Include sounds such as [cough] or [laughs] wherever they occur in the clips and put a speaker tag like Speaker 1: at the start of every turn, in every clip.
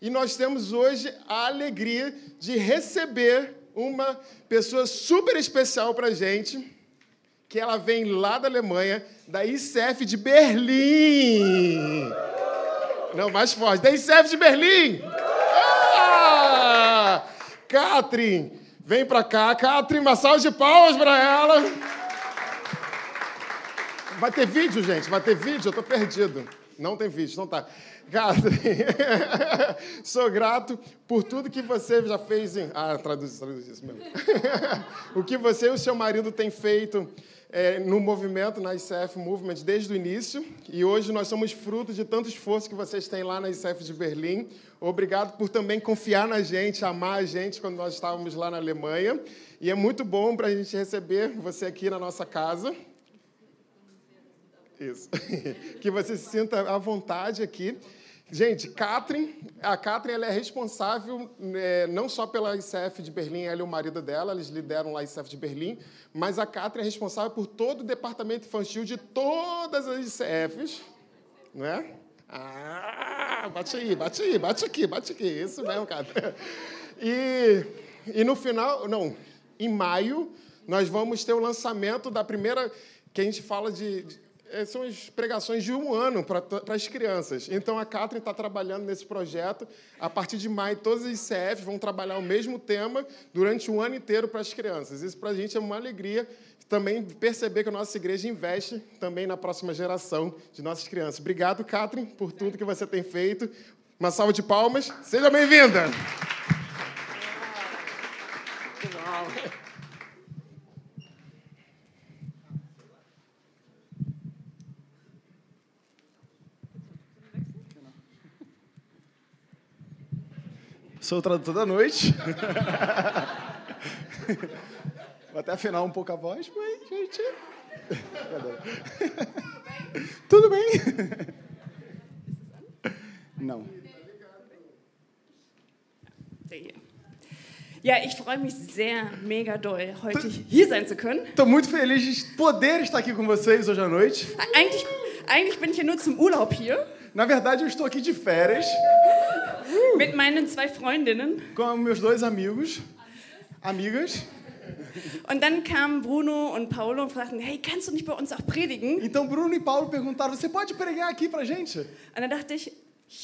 Speaker 1: E nós temos hoje a alegria de receber uma pessoa super especial para gente, que ela vem lá da Alemanha, da ICF de Berlim. Não, mais forte, da ICF de Berlim. Ah! Catherine, vem para cá. Catherine, uma salva de palmas para ela. Vai ter vídeo, gente, vai ter vídeo, eu tô perdido. Não tem vídeo, não tá. Catherine, [laughs] sou grato por tudo que você já fez em. Ah, traduz, traduz isso mesmo. [laughs] o que você e o seu marido têm feito é, no movimento, na ICF Movement, desde o início. E hoje nós somos fruto de tanto esforço que vocês têm lá na ICF de Berlim. Obrigado por também confiar na gente, amar a gente quando nós estávamos lá na Alemanha. E é muito bom para a gente receber você aqui na nossa casa. Isso. [laughs] que você se sinta à vontade aqui. Gente, Katrin, a Katrin ela é responsável né, não só pela ICF de Berlim, ela e o marido dela, eles lideram lá a ICF de Berlim, mas a Katrin é responsável por todo o departamento infantil de todas as ICFs, não é? Ah, bate aí, bate aí, bate aqui, bate aqui, isso mesmo, Katrin. E, e no final, não, em maio, nós vamos ter o lançamento da primeira, que a gente fala de, de são as pregações de um ano para as crianças. Então a Catherine está trabalhando nesse projeto. A partir de maio, todas as ICFs vão trabalhar o mesmo tema durante um ano inteiro para as crianças. Isso para a gente é uma alegria também perceber que a nossa igreja investe também na próxima geração de nossas crianças. Obrigado, Catherine, por tudo que você tem feito. Uma salva de palmas. Seja bem-vinda!
Speaker 2: Sou o tradutor da noite. [laughs] Vou até afinar um pouco a voz, mas, gente. Tudo bem? Não.
Speaker 3: Ja, ich freue mich sehr, mega doll, heute hier sein zu können.
Speaker 2: Estou muito feliz de poder estar aqui com vocês hoje à noite.
Speaker 3: Eigentlich, eigentlich bin ich ja nur zum Urlaub hier
Speaker 2: Na verdade, eu estou aqui de férias
Speaker 3: mit meinen zwei Freundinnen.
Speaker 2: com meus dois amigos, amigas.
Speaker 3: Und dann kamen Bruno und Paolo und fragten, hey, kannst du nicht bei uns auch predigen? Und
Speaker 2: Então, Bruno e Paulo perguntaram: Você pode pregar aqui pra gente?
Speaker 3: dann dachte ich,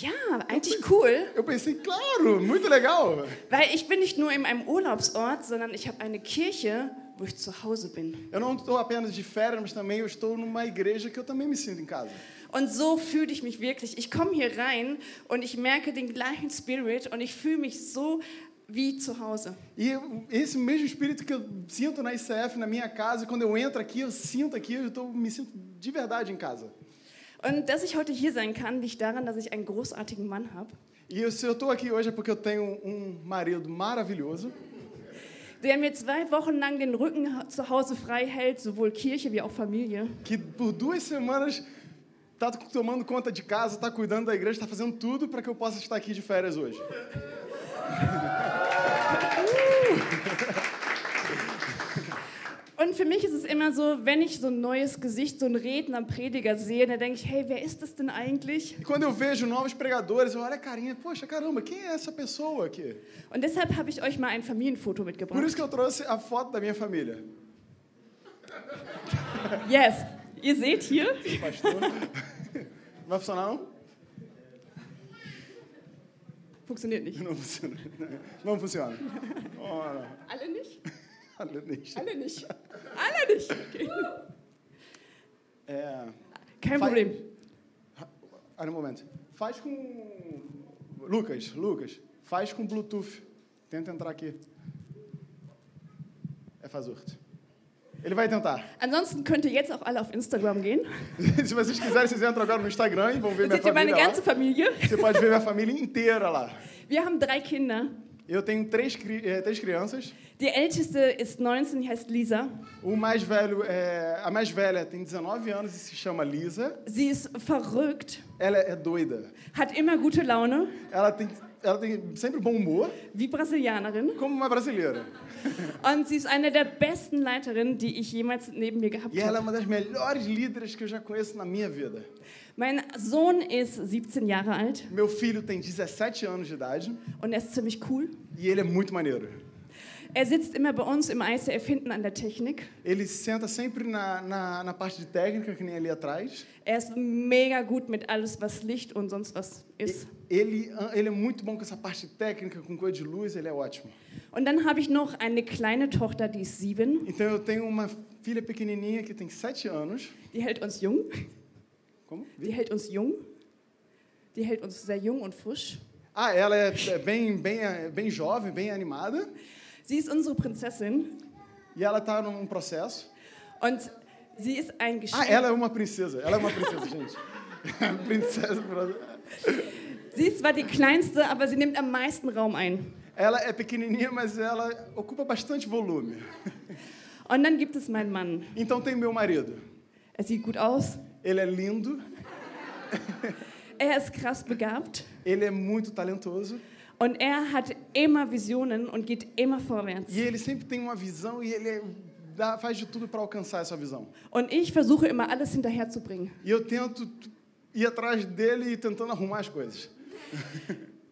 Speaker 3: ja, eigentlich cool,
Speaker 2: Eu pensei: Claro, muito legal.
Speaker 3: weil ich bin nicht nur in einem Urlaubsort, sondern ich habe eine Kirche, wo ich zu Hause bin.
Speaker 2: Eu não estou apenas de férias, mas também eu estou numa igreja que eu também me sinto em casa.
Speaker 3: Und so fühle ich mich wirklich. Ich komme hier rein und ich merke den gleichen Spirit und ich fühle mich so wie zu Hause.
Speaker 2: E eu- esse mesmo espírito que eu sinto na ICF, na minha casa, quando eu entro aqui, eu sinto aqui, eu tô, me sinto de verdade em casa.
Speaker 3: Und dass ich heute hier sein kann, liegt daran, dass ich einen großartigen Mann habe,
Speaker 2: E eu- se eu estou aqui hoje é porque eu tenho um marido maravilhoso,
Speaker 3: der mir zwei Wochen lang den Rücken zu Hause frei hält, sowohl Kirche wie auch Familie.
Speaker 2: que por duas semanas tá tomando conta de casa, tá cuidando da igreja, tá fazendo tudo para que eu possa estar aqui de férias hoje.
Speaker 3: Und für mich ist es immer so, wenn ich so ein neues Gesicht, so einen Redner, einen Prediger sehe, dann denke ich, hey, wer ist das denn eigentlich?
Speaker 2: E quando eu vejo novos pregadores, eu olho a carinha, poxa, caramba, quem é essa pessoa aqui?
Speaker 3: Und deshalb habe ich euch mal ein Familienfoto
Speaker 2: Por isso
Speaker 3: mitgebracht.
Speaker 2: que eu trouxe a foto da minha família.
Speaker 3: Yes, ihr seht hier,
Speaker 2: Pastor. Vai funcionar não?
Speaker 3: funktioniert nicht.
Speaker 2: Não funciona. Não funciona. Ora,
Speaker 3: Alle nicht?
Speaker 2: olha, deixa.
Speaker 3: Alle nicht. Alle nicht. Okay.
Speaker 2: É.
Speaker 3: Kein
Speaker 2: Faz-
Speaker 3: Problem.
Speaker 2: Olha um momento. Faz com. Lucas, Lucas, faz com Bluetooth. Tenta entrar aqui. É Fazurto. Ele vai tentar. [laughs]
Speaker 3: Ansonsten könnt ihr jetzt auch alle auf Instagram gehen.
Speaker 2: Se vocês quiserem, vocês entram agora no Instagram e vão ver
Speaker 3: Da
Speaker 2: minha
Speaker 3: seht ihr meine
Speaker 2: família
Speaker 3: ganze
Speaker 2: lá.
Speaker 3: Familie.
Speaker 2: Você pode ver minha família inteira lá.
Speaker 3: Wir haben drei Kinder.
Speaker 2: Eu tenho três, cri- eh, três crianças.
Speaker 3: Die älteste ist 19, die heißt Lisa.
Speaker 2: O mais velho é... A mais velha tem 19 anos e se chama Lisa.
Speaker 3: Sie ist verrückt,
Speaker 2: Ela é doida.
Speaker 3: hat immer gute Laune,
Speaker 2: Ela tem, ela tem sempre bom humor,
Speaker 3: wie Brasilianerin.
Speaker 2: como uma brasileira.
Speaker 3: Und sie ist eine der besten Leiterinnen, die ich jemals neben mir gehabt
Speaker 2: E ela é
Speaker 3: habe.
Speaker 2: uma das melhores líderes que eu já conheço na minha vida.
Speaker 3: Mein Sohn ist 17 Jahre alt
Speaker 2: Meu filho tem 17 anos de idade
Speaker 3: und er ist ziemlich cool.
Speaker 2: e ele é muito maneiro.
Speaker 3: Er sitzt immer bei uns im ICF hinten an der Technik.
Speaker 2: Ele senta sempre na, na, na parte de técnica, que nem ali atrás.
Speaker 3: Er ist mega gut mit alles, was Licht und sonst was ist.
Speaker 2: Ele, ele é muito bom com essa parte técnica, com coisa de luz, ele é ótimo.
Speaker 3: Und dann habe ich noch eine kleine Tochter, die ist sieben.
Speaker 2: Então eu tenho uma filha pequenininha que tem 7 anos.
Speaker 3: Die hält uns jung.
Speaker 2: Como?
Speaker 3: Die hält uns jung. Die hält uns sehr jung und frisch.
Speaker 2: Ah, ela é é bem, bem, é bem jovem, bem animada.
Speaker 3: Sie ist unsere Prinzessin
Speaker 2: E ela tá num processo.
Speaker 3: und sie ist ein
Speaker 2: Ah,
Speaker 3: Geschenk.
Speaker 2: ela é uma princesa. Ela é uma princesa, gente. [laughs] princesa.
Speaker 3: Sie ist zwar die kleinste, aber sie nimmt am meisten Raum ein.
Speaker 2: Ela é pequenininha, mas ela ocupa bastante volume.
Speaker 3: Und dann gibt es meinen Mann.
Speaker 2: Então tem meu marido.
Speaker 3: Er sieht gut aus.
Speaker 2: Ele é lindo,
Speaker 3: Er ist krass begabt.
Speaker 2: ele é muito talentoso
Speaker 3: Und er hat immer Visionen und geht immer vorwärts.
Speaker 2: e ele sempre tem uma visão e ele dá, faz de tudo para alcançar essa visão.
Speaker 3: Und ich versuche immer alles hinterherzubringen.
Speaker 2: E eu tento t- ir atrás dele e tentando arrumar as coisas.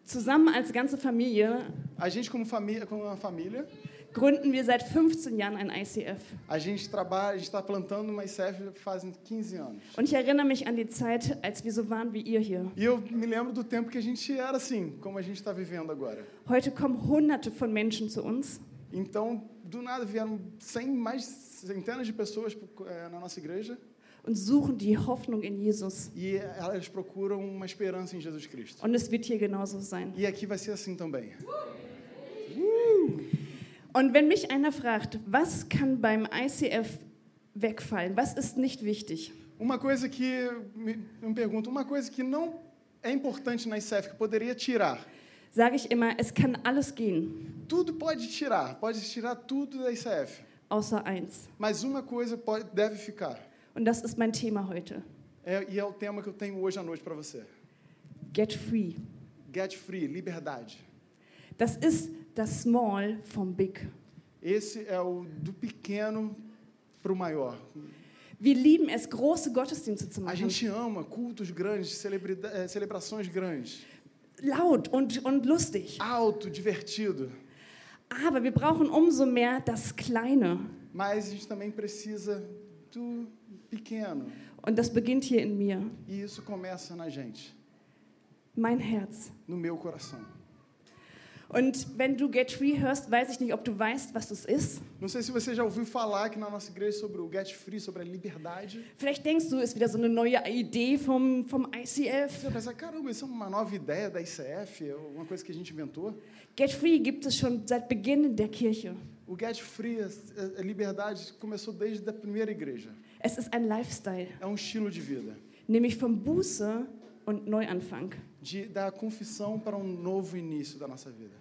Speaker 3: Zusammen als ganze Familie
Speaker 2: A gente como família, como uma família,
Speaker 3: gründen wir seit 15 Jahren ein ICF.
Speaker 2: a gente trabalha, a gente está plantando uma ICF fazem 15 anos.
Speaker 3: Und ich erinnere mich an die Zeit, als wir so waren wie ihr hier.
Speaker 2: E eu me lembro do tempo que a gente era assim, como a gente está vivendo agora.
Speaker 3: Heute kommen Hunderte von Menschen zu uns.
Speaker 2: Então, do nada vieram 100, mais centenas de pessoas eh, na nossa igreja
Speaker 3: und suchen die Hoffnung in Jesus.
Speaker 2: e elas procuram uma esperança em Jesus Cristo.
Speaker 3: Und es wird hier genauso sein.
Speaker 2: E aqui vai ser assim também.
Speaker 3: Und wenn mich einer fragt, was kann beim ICF wegfallen, was ist nicht wichtig,
Speaker 2: Uma coisa que me, me pergunto, uma coisa que não é importante na ICEF, que poderia tirar.
Speaker 3: sage ich immer, es kann alles gehen,
Speaker 2: Tudo pode tirar, pode tirar tudo da ICEF.
Speaker 3: außer eins.
Speaker 2: Mas uma coisa pode, deve ficar.
Speaker 3: Und das ist mein Thema heute.
Speaker 2: É, e é o tema que eu tenho hoje à noite para você.
Speaker 3: Get free.
Speaker 2: Get free, liberdade.
Speaker 3: Das ist das Small vom Big.
Speaker 2: Esse é o do pequeno para o maior.
Speaker 3: Wir lieben es, große Gottesdienste zu
Speaker 2: A
Speaker 3: machen.
Speaker 2: gente ama cultos grandes, celebrida- eh, celebrações grandes.
Speaker 3: Laut und, und lustig.
Speaker 2: Alto, divertido.
Speaker 3: Aber wir brauchen umso mehr das Kleine.
Speaker 2: Mas a gente também precisa do pequeno.
Speaker 3: Und das beginnt hier in mir.
Speaker 2: E isso começa na gente,
Speaker 3: Mein Herz.
Speaker 2: no meu coração.
Speaker 3: Und wenn du Get Free hörst, weiß ich nicht, ob du weißt, was das ist.
Speaker 2: Não sei se você já ouviu falar aqui na nossa igreja sobre o Get Free, sobre a liberdade.
Speaker 3: Vielleicht denkst du, ist wieder so eine neue Idee vom, vom ICF.
Speaker 2: Você pensa, caramba, isso é uma nova ideia da ICF, é uma coisa que a gente inventou.
Speaker 3: Get Free gibt es schon seit Beginn der Kirche.
Speaker 2: O Get Free, a a liberdade, começou desde a primeira igreja.
Speaker 3: Es ist ein Lifestyle,
Speaker 2: É um estilo de vida,
Speaker 3: nämlich vom Buße und Neuanfang.
Speaker 2: de, da confissão para um novo início da nossa vida.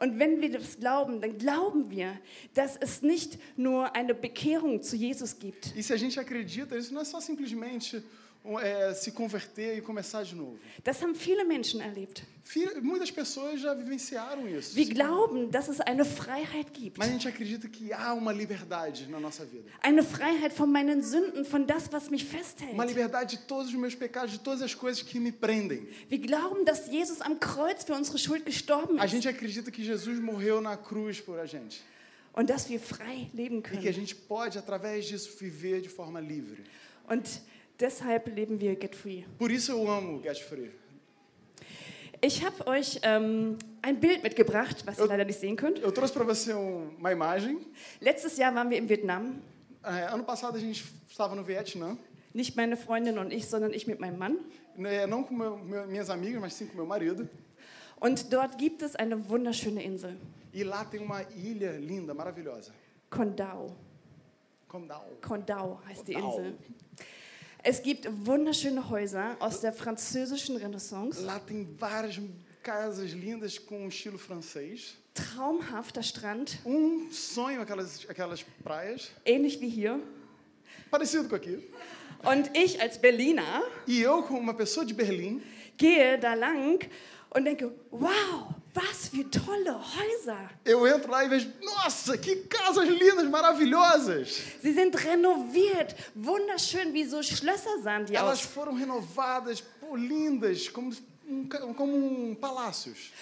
Speaker 3: Und wenn wir das glauben, dann glauben wir, dass es nicht nur eine Bekehrung zu Jesus gibt,
Speaker 2: E se a gente acredita, isso não é só simplesmente um, é, se converter e começar de novo.
Speaker 3: das haben viele Menschen erlebt.
Speaker 2: Fi- Muitas pessoas já vivenciaram isso. assim.
Speaker 3: Wir glauben, dass es eine Freiheit gibt.
Speaker 2: Mas a gente acredita que há uma liberdade na nossa vida.
Speaker 3: Eine Freiheit von meinen Sünden, von das, was mich
Speaker 2: Uma
Speaker 3: festhält.
Speaker 2: liberdade de todos os meus pecados, de todas as coisas que me prendem.
Speaker 3: Wir glauben, dass Jesus am Kreuz für unsere Schuld gestorben
Speaker 2: A
Speaker 3: ist
Speaker 2: gente acredita que Jesus morreu na cruz por a gente.
Speaker 3: und dass wir frei leben
Speaker 2: E que a
Speaker 3: können.
Speaker 2: gente pode, através disso, viver de forma livre.
Speaker 3: Und deshalb leben wir Get Free.
Speaker 2: Por isso eu amo o Get Free.
Speaker 3: Ich habe euch ähm, ein Bild mitgebracht, was ihr leider nicht sehen könnt.
Speaker 2: Eu trouxe para você um- uma imagem.
Speaker 3: Letztes Jahr waren wir in Vietnam.
Speaker 2: É, ano passado a gente estava no Vietnã.
Speaker 3: Nicht meine Freundin und ich, sondern ich mit meinem Mann.
Speaker 2: né, Não com meu, meu, minhas amigas, mas sim com meu marido.
Speaker 3: Und dort gibt es eine wunderschöne Insel,
Speaker 2: E lá tem uma ilha linda, maravilhosa.
Speaker 3: Condau.
Speaker 2: Condal.
Speaker 3: Condau heißt die
Speaker 2: Condau.
Speaker 3: Insel. Es gibt wunderschöne Häuser aus der französischen Renaissance,
Speaker 2: Lá tem várias casas lindas com um estilo francês.
Speaker 3: traumhafter Strand,
Speaker 2: Um sonho aquelas, aquelas praias.
Speaker 3: ähnlich wie hier.
Speaker 2: Parecido com aqui.
Speaker 3: Und ich als Berliner
Speaker 2: E eu, como uma pessoa de Berlim,
Speaker 3: gehe da lang und denke, wow, was für tolle Häuser.
Speaker 2: Eu entro lá e vejo, nossa, que casas lindas, maravilhosas.
Speaker 3: Sie sind renoviert, wunderschön, wie so Schlösser sahen die
Speaker 2: Elas
Speaker 3: aus.
Speaker 2: foram renovadas, pô, lindas, como, um, ca- como um palácios.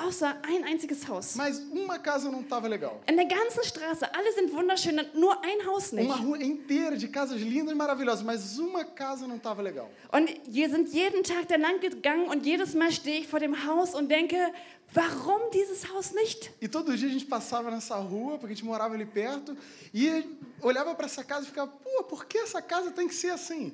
Speaker 3: Außer ein einziges Haus.
Speaker 2: Mas uma casa não estava legal.
Speaker 3: In der ganzen Straße, alle sind wunderschön, nur ein Haus nicht.
Speaker 2: Uma rua inteira de casas lindas, maravilhosas, mas uma casa não estava legal.
Speaker 3: Und wir sind jeden Tag da lang gegangen und jedes Mal stehe ich vor dem Haus und denke, warum dieses Haus nicht?
Speaker 2: E todo dia a gente passava nessa rua, porque a gente morava ali perto, e olhava para essa casa e ficava, pô, por que essa casa tem que ser assim?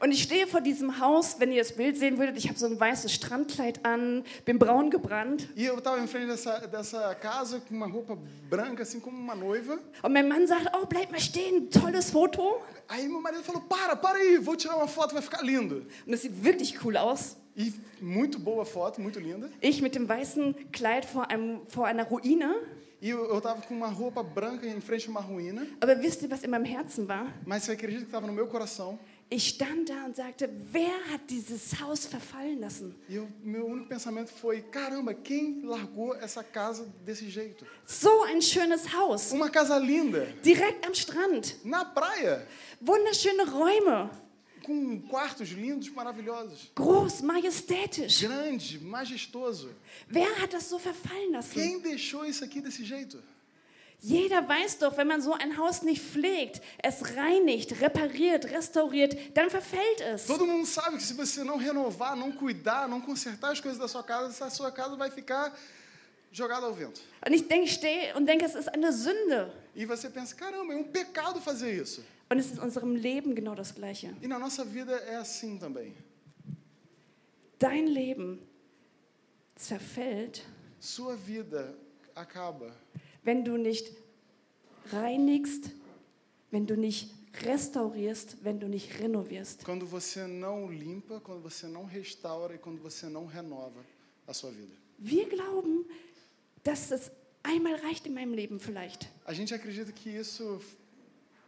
Speaker 3: Und ich stehe vor diesem Haus, wenn ihr das Bild sehen würdet, ich habe so ein weißes Strandkleid an, bin braun gebrannt.
Speaker 2: E eu estava em frente dessa, dessa casa com uma roupa branca, assim como uma noiva.
Speaker 3: Und mein Mann sagt, oh, bleib mal stehen, tolles Foto.
Speaker 2: Aí meu marido falou: Para, para aí, vou tirar uma foto, vai ficar lindo.
Speaker 3: Und es sieht wirklich cool aus.
Speaker 2: E muito boa foto, muito linda.
Speaker 3: Ich mit dem weißen Kleid vor, einem, vor einer Ruine.
Speaker 2: E eu, eu tava com uma roupa branca em frente a uma ruína,
Speaker 3: Aber wisst ihr, was in meinem Herzen war?
Speaker 2: mas você acredita que estava no meu coração?
Speaker 3: Ich stand da und sagte, wer hat dieses Haus verfallen lassen?
Speaker 2: E eu, meu único pensamento foi: Caramba, quem largou essa casa desse jeito?
Speaker 3: So ein schönes Haus,
Speaker 2: Uma casa linda,
Speaker 3: direkt am Strand,
Speaker 2: na praia,
Speaker 3: wunderschöne Räume,
Speaker 2: com quartos lindos, maravilhosos,
Speaker 3: groß, majestätisch.
Speaker 2: grande, majestoso.
Speaker 3: Wer hat das so verfallen lassen?
Speaker 2: Quem deixou isso aqui desse jeito?
Speaker 3: Jeder weiß doch, wenn man so ein Haus nicht pflegt, es reinigt, repariert, restauriert, dann verfällt es.
Speaker 2: Todo mundo sabe que se você não renovar, não cuidar, não consertar as coisas da sua casa, essa sua casa vai ficar jogada ao vento.
Speaker 3: Und ich denke, stehe und denke, es ist eine Sünde.
Speaker 2: E você pensa, caramba, é um pecado fazer isso.
Speaker 3: Und es ist in unserem Leben genau das Gleiche.
Speaker 2: E na nossa vida é assim também.
Speaker 3: Dein Leben zerfällt,
Speaker 2: Sua vida acaba
Speaker 3: wenn du nicht reinigst, wenn du nicht restaurierst, wenn du nicht renovierst.
Speaker 2: quando você não limpa, quando você não restaura e quando você não renova a sua vida.
Speaker 3: Wir glauben, dass es einmal reicht in meinem Leben vielleicht.
Speaker 2: A gente acredita que isso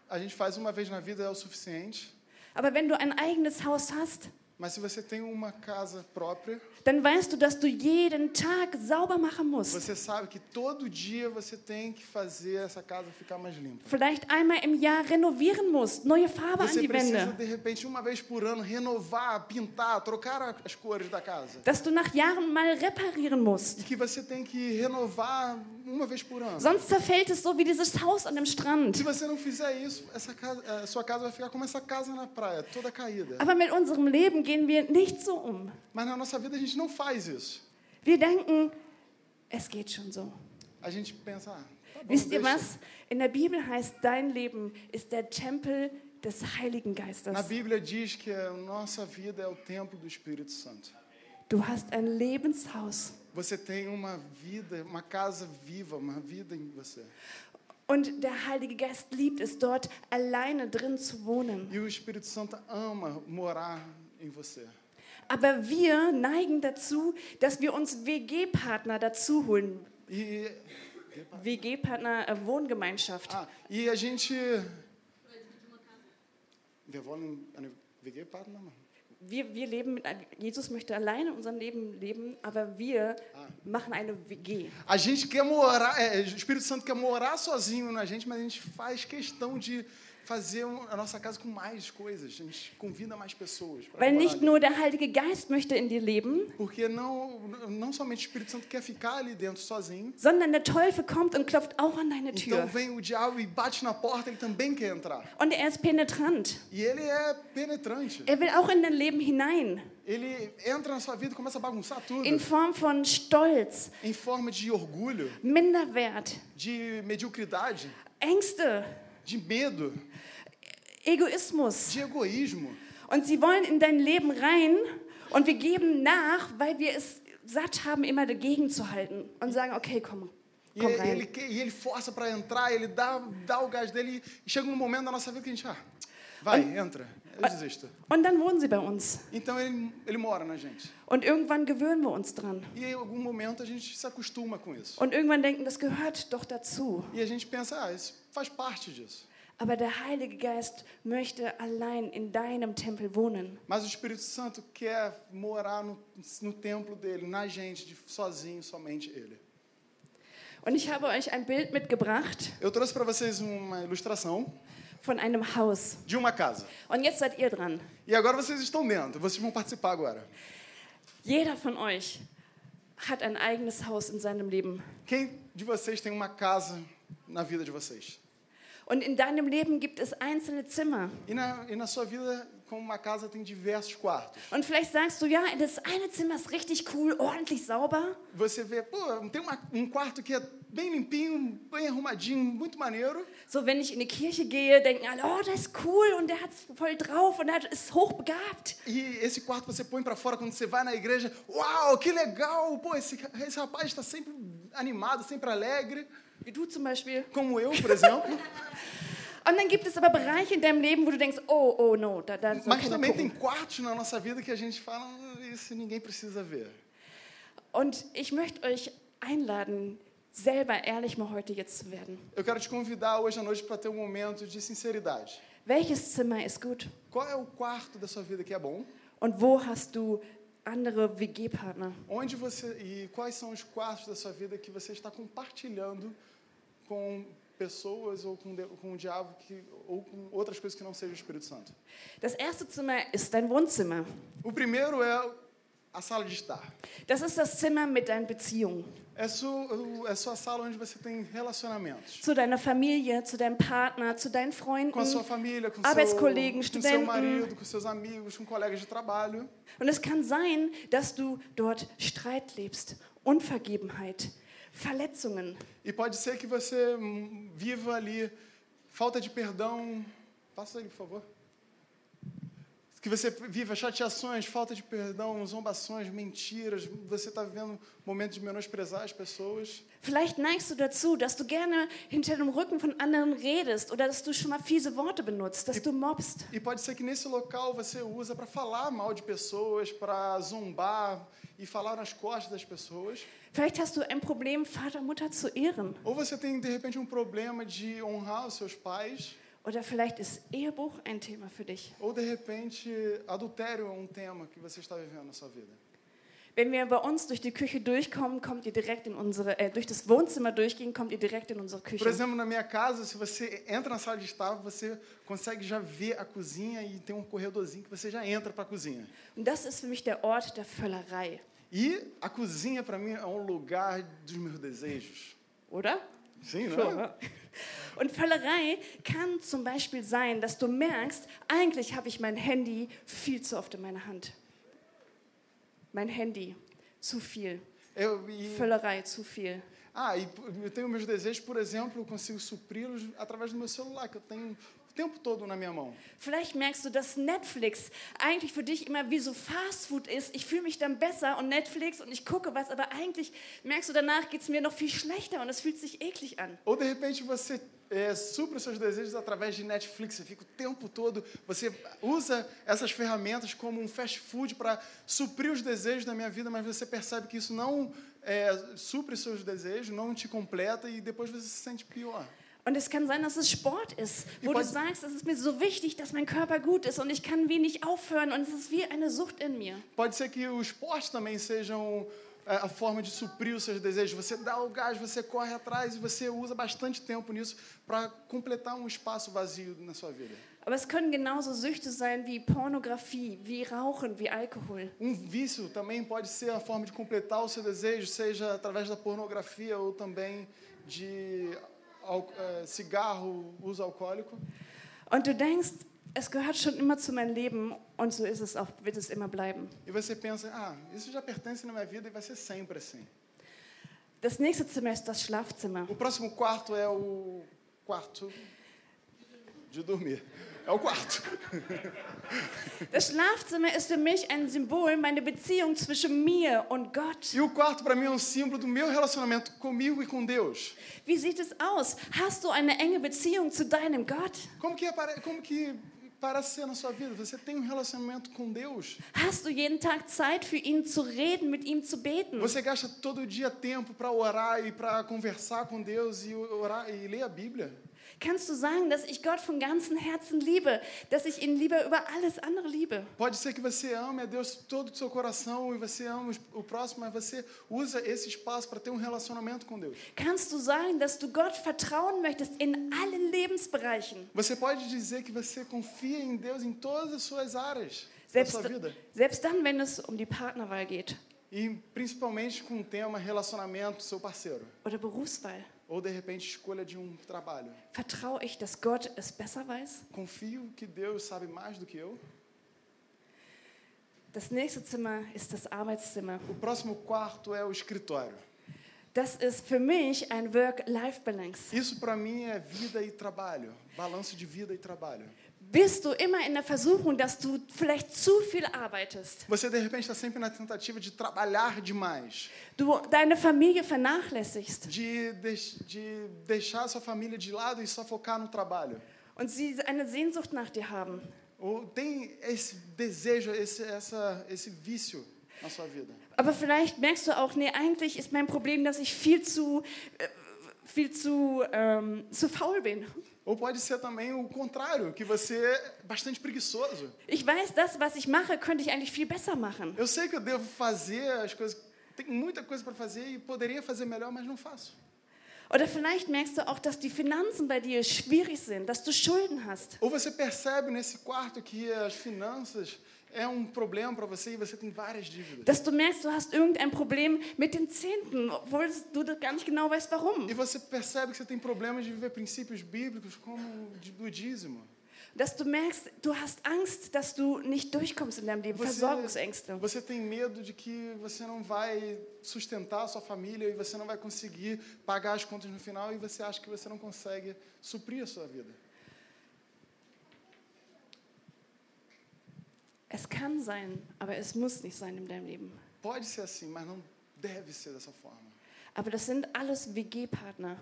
Speaker 2: a gente faz uma vez na vida é o suficiente,
Speaker 3: Aber wenn du ein eigenes Haus hast,
Speaker 2: mas se você tem uma casa própria,
Speaker 3: dann weißt du, dass du jeden Tag sauber machen musst.
Speaker 2: você sabe que todo dia você tem que fazer essa casa ficar mais limpa.
Speaker 3: Vielleicht einmal im Jahr renovieren musst, neue Farbe an
Speaker 2: Você
Speaker 3: die
Speaker 2: precisa,
Speaker 3: Wände.
Speaker 2: de repente, uma vez por ano, renovar, pintar, trocar a- as cores da casa.
Speaker 3: Dass du nach Jahren mal reparieren
Speaker 2: E
Speaker 3: musst.
Speaker 2: que você tem que renovar uma vez por ano.
Speaker 3: Sonst zerfällt es so wie dieses Haus an dem
Speaker 2: Se
Speaker 3: Strand.
Speaker 2: você não fizer isso, essa casa, a sua casa vai ficar como essa casa na praia, toda caída.
Speaker 3: Aber mit unserem Leben gehen wir nicht so um.
Speaker 2: Mas na nossa vida a gente não faz isso.
Speaker 3: Wir denken, es geht schon so.
Speaker 2: A gente pensa, ah, tá bom,
Speaker 3: Wisst ihr
Speaker 2: deixa.
Speaker 3: was? In der Bibel heißt, dein Leben ist der Tempel des Heiligen
Speaker 2: Na
Speaker 3: Geistes.
Speaker 2: Bíblia diz que a nossa vida é o templo do Espírito Santo.
Speaker 3: Du hast ein Lebenshaus.
Speaker 2: Você tem uma vida, uma casa viva, uma vida em você.
Speaker 3: Und der Heilige Geist liebt es, dort alleine drin zu wohnen.
Speaker 2: E o Espírito Santo ama morar em você.
Speaker 3: Aber wir neigen dazu, dass wir uns WG-Partner dazu holen.
Speaker 2: E,
Speaker 3: WG-Partner, äh, Wohngemeinschaft.
Speaker 2: ah, e a gente... Wir wollen eine WG-Partner machen.
Speaker 3: Wir, wir leben mit, ein- Jesus möchte alleine unser Leben leben, aber wir machen eine WG.
Speaker 2: A gente quer morar, é, o Espírito Santo quer morar sozinho na gente, mas a gente faz questão de fazer um- a nossa casa com mais coisas. A gente convida mais pessoas. pra
Speaker 3: Weil
Speaker 2: morar
Speaker 3: nicht
Speaker 2: ali.
Speaker 3: nur der Heilige Geist möchte in dir leben,
Speaker 2: Porque não, não somente o Espírito Santo quer ficar ali dentro sozinho.
Speaker 3: sondern der Teufel kommt und klopft auch an deine
Speaker 2: Então
Speaker 3: Tür.
Speaker 2: vem o diabo e bate na porta, ele também quer entrar.
Speaker 3: Und er ist penetrant.
Speaker 2: E ele é penetrante.
Speaker 3: Er will auch in dein Leben hinein,
Speaker 2: Ele entra na sua vida e começa a bagunçar tudo.
Speaker 3: in Form von Stolz,
Speaker 2: Em forma de orgulho,
Speaker 3: Minderwert,
Speaker 2: de mediocridade,
Speaker 3: Ängste,
Speaker 2: de medo,
Speaker 3: Egoismus.
Speaker 2: de egoísmo.
Speaker 3: Und sie wollen in dein Leben rein und wir geben nach, weil wir es satt haben, immer dagegen zu halten und sagen, okay, komm,
Speaker 2: E
Speaker 3: komm
Speaker 2: ele,
Speaker 3: rein.
Speaker 2: que- e ele força para entrar, ele dá, dá o gás dele e chega um momento da nossa vida que a gente, ah, vai, entra, eu desisto.
Speaker 3: Und dann wohnen sie bei uns.
Speaker 2: Então ele, ele mora na gente.
Speaker 3: Und irgendwann gewöhnen wir uns dran.
Speaker 2: E em algum momento a gente se acostuma com isso.
Speaker 3: Und irgendwann denken, das gehört doch dazu.
Speaker 2: E a gente pensa, ah, isso faz parte disso.
Speaker 3: Aber der Heilige Geist möchte allein in deinem Tempel wohnen.
Speaker 2: Mas o Espírito Santo quer morar no, no templo dele, na gente, de- sozinho, somente ele.
Speaker 3: Und ich habe euch ein Bild mitgebracht
Speaker 2: Eu trouxe para vocês uma ilustração
Speaker 3: von einem Haus.
Speaker 2: de uma casa.
Speaker 3: Und jetzt seid ihr dran.
Speaker 2: E agora vocês estão dentro, vocês vão participar agora.
Speaker 3: Jeder von euch hat ein eigenes Haus in seinem Leben.
Speaker 2: Quem de vocês tem uma casa na vida de vocês?
Speaker 3: Und in deinem Leben gibt es einzelne Zimmer.
Speaker 2: E na, e na sua vida, como uma casa tem diversos quartos.
Speaker 3: Und vielleicht sagst du, ja, das eine Zimmer ist richtig cool, ordentlich sauber.
Speaker 2: Você vê, pô, tem uma- um quarto que é bem limpinho, bem arrumadinho, muito maneiro.
Speaker 3: So, wenn ich in die Kirche gehe, denken alle, oh, das ist cool und der hat es voll drauf und der hat- ist hochbegabt.
Speaker 2: E esse quarto você põe pra fora quando você vai na igreja. Uau, que legal! Pô, esse, esse rapaz está sempre animado, sempre alegre.
Speaker 3: Wie du zum Beispiel.
Speaker 2: Como eu, por exemplo.
Speaker 3: Und dann gibt es aber Bereiche in deinem Leben, wo du denkst, oh, oh, no, da, da soll
Speaker 2: Mas
Speaker 3: keiner
Speaker 2: também tem
Speaker 3: gucken.
Speaker 2: quartos na nossa vida que a gente fala, "Hum, isso ninguém precisa ver.
Speaker 3: Und ich möchte euch einladen, selber ehrlich mal heute jetzt zu werden.
Speaker 2: Eu quero te convidar hoje à noite para ter um momento de sinceridade.
Speaker 3: Welches Zimmer ist gut?
Speaker 2: Qual é o quarto da sua vida que é bom?
Speaker 3: Und wo hast du andere WG-Partner?
Speaker 2: Onde você e quais são os quartos da sua vida que você está compartilhando com pessoas ou com, de- com o diabo que, ou com outras coisas que não seja o Espírito Santo?
Speaker 3: Das erste Zimmer ist dein Wohnzimmer.
Speaker 2: O primeiro é a sala de estar.
Speaker 3: Das ist das Zimmer mit deinen Beziehungen.
Speaker 2: É sua, é sua sala onde você tem relacionamentos.
Speaker 3: Zu deiner Familie, zu deinem Partner, zu deinen Freunden.
Speaker 2: Com a sua família, com
Speaker 3: Arbeitskollegen,
Speaker 2: seu, com seu
Speaker 3: Uhum. Studenten.
Speaker 2: marido, com seus amigos, com colegas de trabalho.
Speaker 3: Und es kann sein, dass du dort Streit lebst, Unvergebenheit, Verletzungen.
Speaker 2: E pode ser que você hum, viva ali falta de perdão. Passa ele, por favor. Que você viva chateações, falta de perdão, zombações, mentiras. Você está vivendo momentos de menosprezar as pessoas.
Speaker 3: Vielleicht neigst du dazu, dass du gerne hinter dem Rücken von anderen redest oder dass du schon mal fiese Worte benutzt, dass du mobbst.
Speaker 2: E pode ser que nesse local você usa para falar mal de pessoas, para zombar e falar nas costas das pessoas.
Speaker 3: Vielleicht hast du ein Problem, Vater, Mutter zu ehren.
Speaker 2: Ou você tem, de repente, um problema de honrar os seus pais.
Speaker 3: Oder vielleicht ist Ehebruch ein Thema für dich.
Speaker 2: Ou, de repente, adultério é um tema que você está vivendo na sua vida.
Speaker 3: Wenn wir bei uns durch die Küche durchkommen, kommt ihr direkt in unsere, äh, durch das Wohnzimmer durchgehen, kommt ihr direkt in unsere
Speaker 2: Por
Speaker 3: Küche.
Speaker 2: exemplo, na minha casa, se você entra na sala de estar, você consegue já ver a cozinha e tem um corredorzinho que você já entra para a cozinha.
Speaker 3: Und das ist für mich der Ort der Völlerei,
Speaker 2: E a cozinha, para mim, é um lugar dos meus desejos.
Speaker 3: oder?
Speaker 2: Sim, né?
Speaker 3: [laughs] Und Völlerei kann zum Beispiel sein, dass du merkst, eigentlich habe ich mein Handy viel zu oft in meiner Hand. Mein Handy, zu viel.
Speaker 2: Eu, e,
Speaker 3: Völlerei, zu viel.
Speaker 2: ah, e eu tenho meus desejos, por exemplo, eu consigo supri-los através do meu celular, que eu tenho o tempo todo na minha mão.
Speaker 3: Vielleicht merkst du, dass Netflix eigentlich für dich immer wie so Fastfood ist. Ich fühle mich dann besser und Netflix und ich gucke was, aber eigentlich merkst du, danach geht es mir noch viel schlechter und es fühlt sich eklig an.
Speaker 2: Ou, de repente, você é, supre os seus desejos através de Netflix. Você fica o tempo todo... Você usa essas ferramentas como um fast food para suprir os desejos da minha vida, mas você percebe que isso não é, supre os seus desejos, não te completa e depois você se sente pior.
Speaker 3: Und es kann sein, dass es Sport ist, wo
Speaker 2: Ich
Speaker 3: du
Speaker 2: weiß-
Speaker 3: sagst, es ist mir so wichtig, dass mein Körper gut ist und ich kann wenig aufhören und es ist wie eine Sucht in mir.
Speaker 2: Pode ser que o esporte também seja um, é, a forma de suprir os seus desejos. Você dá o gás, você corre atrás e você usa bastante tempo nisso para completar um espaço vazio na sua vida.
Speaker 3: Aber es können genauso Süchte sein wie Pornografie, wie Rauchen, wie Alkohol.
Speaker 2: Um vício também pode ser a forma de completar o seu desejo, seja através da pornografia ou também de al- eh, cigarro, uso alcoólico.
Speaker 3: Und du denkst, es gehört schon immer zu meinem Leben und so ist es auch, wird es immer bleiben.
Speaker 2: E você pensa, ah, isso já pertence na minha vida e vai ser sempre assim.
Speaker 3: Das nächste Zimmer ist das Schlafzimmer.
Speaker 2: O próximo quarto é o quarto de dormir. É o quarto.
Speaker 3: Das Schlafzimmer ist für mich ein Symbol, meine Beziehung zwischen mir und Gott.
Speaker 2: E o quarto, para mim, é um símbolo do meu relacionamento comigo e com Deus.
Speaker 3: Wie sieht es aus? Hast du eine enge Beziehung zu deinem Gott?
Speaker 2: Como que, apare- como que parece ser na sua vida? Você tem um relacionamento com Deus?
Speaker 3: Hast du jeden Tag Zeit für ihn zu reden, mit ihm zu beten?
Speaker 2: Você gasta todo dia tempo para orar e para conversar com Deus e orar e ler a Bíblia?
Speaker 3: kannst du sagen, dass ich Gott von ganzem Herzen liebe, dass ich ihn lieber über alles andere liebe.
Speaker 2: Pode ser que você ame a Deus todo o seu coração e você ama o próximo, mas você usa esse espaço para ter um relacionamento com Deus.
Speaker 3: Kannst du sagen, dass du Gott vertrauen möchtest in allen Lebensbereichen?
Speaker 2: Você pode dizer que você confia em Deus em todas as suas áreas da
Speaker 3: Selbst,
Speaker 2: sua vida.
Speaker 3: selbst dann, wenn es um die Partnerwahl geht
Speaker 2: E principalmente com o tema relacionamento, seu parceiro.
Speaker 3: oder Berufswahl.
Speaker 2: Ou de repente escolha de um trabalho.
Speaker 3: Vertraue ich, dass Gott es besser weiß?
Speaker 2: Confio que Deus sabe mais do que eu.
Speaker 3: Das nächste Zimmer ist das Arbeitszimmer.
Speaker 2: O próximo quarto é o escritório.
Speaker 3: Das ist für mich ein Work-Life-Balance.
Speaker 2: Isso para mim é vida e trabalho, balanço de vida e trabalho.
Speaker 3: Bist du immer in der Versuchung, dass du vielleicht zu viel arbeitest?
Speaker 2: Você de repente está sempre na tentativa de trabalhar demais,
Speaker 3: Du deine Familie vernachlässigst
Speaker 2: de, deix- de deixar a sua família de lado e só focar no trabalho.
Speaker 3: und sie eine Sehnsucht nach dir haben.
Speaker 2: Ou tem esse desejo, esse, essa, esse vício na sua vida.
Speaker 3: Aber vielleicht merkst du auch, nee, eigentlich ist mein Problem, dass ich viel zu, äh, viel zu, ähm, zu faul bin.
Speaker 2: Ou pode ser também o contrário, que você é bastante preguiçoso.
Speaker 3: Ich weiß, das, was ich mache, könnte ich eigentlich viel besser machen.
Speaker 2: Eu sei que eu devo fazer as coisas, tem muita coisa para fazer e poderia fazer melhor, mas não faço.
Speaker 3: Oder vielleicht merkst du auch, dass die Finanzen bei dir schwierig sind, dass du Schulden hast.
Speaker 2: Ou você percebe nesse quarto que as finanças é um problema para você e você tem várias dívidas.
Speaker 3: Dass du merkst, du hast irgendein Problem mit den Zehnten, obwohl du das gar nicht genau weißt, warum.
Speaker 2: E você percebe que você tem problemas de viver princípios bíblicos como o de- do dízimo.
Speaker 3: Dass du merkst, du hast Angst, dass du nicht durchkommst in deinem Leben,
Speaker 2: Você,
Speaker 3: Versorgungsängste.
Speaker 2: você tem medo de que você não vai sustentar a sua família e você não vai conseguir pagar as contas no final e você acha que você não consegue suprir a sua vida.
Speaker 3: Es kann sein, aber es muss nicht sein in deinem Leben.
Speaker 2: Pode ser assim, mas não deve ser dessa forma.
Speaker 3: Aber das sind alles WG-Partner.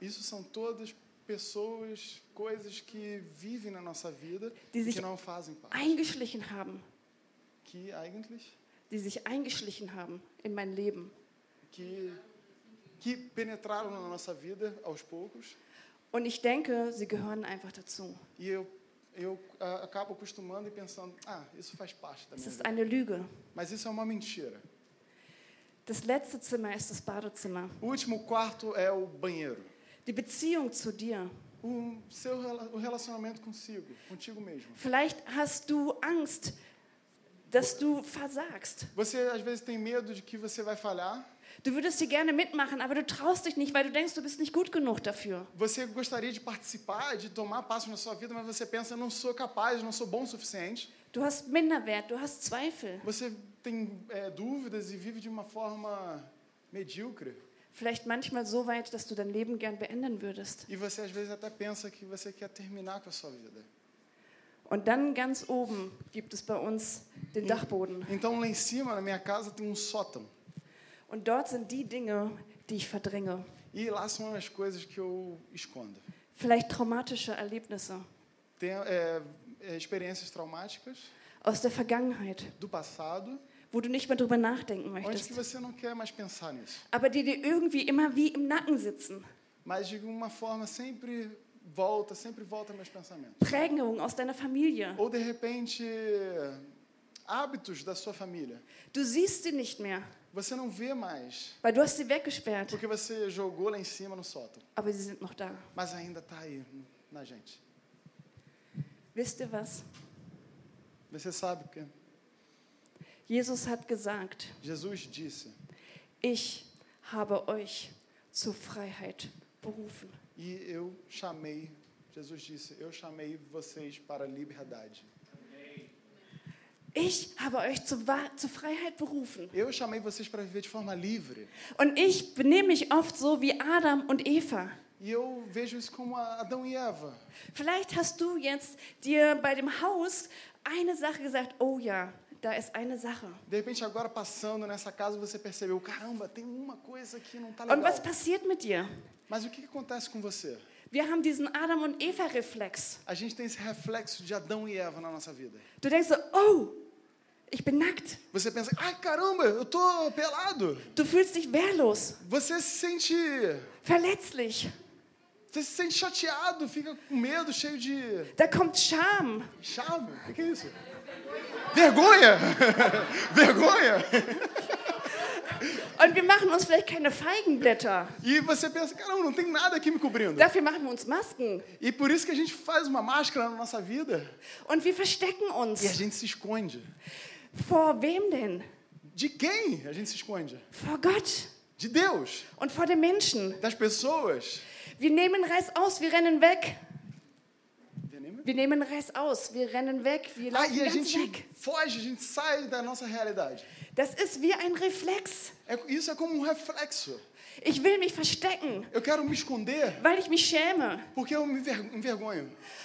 Speaker 2: Isso são todas pessoas, coisas que vivem na nossa vida
Speaker 3: Die sich
Speaker 2: que não fazem parte.
Speaker 3: eingeschlichen haben,
Speaker 2: Que eigentlich
Speaker 3: die sich eingeschlichen haben in mein Leben.
Speaker 2: que que penetraram na nossa vida aos poucos
Speaker 3: Und ich denke, sie gehören einfach dazu.
Speaker 2: e eu eu ah, acabo acostumando e pensando, ah, isso faz parte da
Speaker 3: Es
Speaker 2: minha
Speaker 3: ist
Speaker 2: vida.
Speaker 3: eine Lüge.
Speaker 2: Mas isso é uma mentira.
Speaker 3: Das letzte Zimmer ist das Badezimmer.
Speaker 2: O último quarto é o banheiro.
Speaker 3: Die Beziehung zu dir.
Speaker 2: O seu rela- o relacionamento consigo, contigo mesmo.
Speaker 3: Vielleicht hast du Angst, dass du versagst.
Speaker 2: Você às vezes tem medo de que você vai falhar.
Speaker 3: Du würdest dir gerne mitmachen, aber du traust dich nicht, weil du denkst, du bist nicht gut genug dafür.
Speaker 2: Você gostaria de participar, de tomar passos na sua vida, mas você pensa, não sou capaz, não sou bom o suficiente.
Speaker 3: Du hast Minderwert, du hast Zweifel.
Speaker 2: Você tem eh, dúvidas e vive de uma forma medíocre.
Speaker 3: Vielleicht manchmal so weit, dass du dein Leben gern beenden würdest.
Speaker 2: E você às vezes até pensa que você quer terminar com a sua vida.
Speaker 3: Und dann ganz oben gibt es bei uns den Dachboden.
Speaker 2: Então lá em cima, na minha casa, tem um sótão.
Speaker 3: Und dort sind die Dinge, die ich verdränge.
Speaker 2: E lá são as coisas que eu escondo.
Speaker 3: Vielleicht traumatische Erlebnisse
Speaker 2: Tem eh, eh, experiências traumáticas
Speaker 3: aus der Vergangenheit,
Speaker 2: do passado,
Speaker 3: wo du nicht mehr drüber nachdenken
Speaker 2: onde que
Speaker 3: möchtest,
Speaker 2: você não quer mais pensar nisso.
Speaker 3: aber die dir irgendwie immer wie im Nacken sitzen.
Speaker 2: Mas de uma forma sempre volta, sempre volta meus pensamentos.
Speaker 3: Prägungen aus deiner Familie.
Speaker 2: Ou de repente, hábitos da sua família.
Speaker 3: Du siehst sie nicht mehr,
Speaker 2: Você não vê mais,
Speaker 3: weil du hast sie weggesperrt,
Speaker 2: porque você jogou lá em cima no sótão.
Speaker 3: aber sie sind noch da.
Speaker 2: Mas ainda está aí na gente.
Speaker 3: Wisst ihr was?
Speaker 2: Você sabe que
Speaker 3: Jesus hat gesagt,
Speaker 2: Jesus disse,
Speaker 3: ich habe euch zur Freiheit berufen.
Speaker 2: e eu chamei, Jesus disse, eu chamei vocês para a liberdade.
Speaker 3: Ich habe euch zur, Wa- zur Freiheit berufen.
Speaker 2: Eu chamei vocês para viver de forma livre.
Speaker 3: Und ich benehme mich oft so wie Adam und Eva.
Speaker 2: E eu vejo isso como a- Adão e Eva.
Speaker 3: Vielleicht hast du jetzt dir bei dem Haus eine Sache gesagt, oh ja, da ist eine Sache.
Speaker 2: De repente, agora passando nessa casa, você percebeu, caramba, tem uma coisa que não está
Speaker 3: Und
Speaker 2: legal.
Speaker 3: was passiert mit dir?
Speaker 2: Mas o que que acontece com você?
Speaker 3: Wir haben diesen Adam- und Eva-Reflex.
Speaker 2: A gente tem esse reflexo de Adão e Eva na nossa vida.
Speaker 3: Du denkst so, oh, ich bin nackt.
Speaker 2: Você pensa, ai caramba, eu tô pelado.
Speaker 3: Du fühlst dich wehrlos,
Speaker 2: Você se sente
Speaker 3: verletzlich.
Speaker 2: Você se sente chateado, fica com medo, cheio de
Speaker 3: Da kommt Scham.
Speaker 2: Chave? O que, que é isso? Vergonha! [laughs] Vergonha!
Speaker 3: Und wir machen uns vielleicht keine Feigenblätter.
Speaker 2: E você pensa, caramba, não tem nada aqui me cobrindo.
Speaker 3: Dafür machen wir uns Masken.
Speaker 2: E por isso que a gente faz uma máscara na nossa vida
Speaker 3: Und wir verstecken
Speaker 2: e a
Speaker 3: uns.
Speaker 2: gente se esconde.
Speaker 3: Vor wem denn?
Speaker 2: De quem a gente se esconde?
Speaker 3: Vor Gott
Speaker 2: De Deus,
Speaker 3: und vor den Menschen.
Speaker 2: das pessoas.
Speaker 3: Wir nehmen Reiß aus, wir rennen weg.
Speaker 2: Entendeu?
Speaker 3: Wir nehmen Reiß aus, wir rennen weg, wir
Speaker 2: Ah,
Speaker 3: laufen
Speaker 2: e a
Speaker 3: ganz
Speaker 2: gente
Speaker 3: weg.
Speaker 2: foge, a gente sai da nossa realidade.
Speaker 3: Das ist wie ein Reflex.
Speaker 2: É, isso é como um reflexo.
Speaker 3: Ich will mich verstecken,
Speaker 2: Eu quero me esconder
Speaker 3: weil ich mich schäme.
Speaker 2: porque eu me ver- envergonho.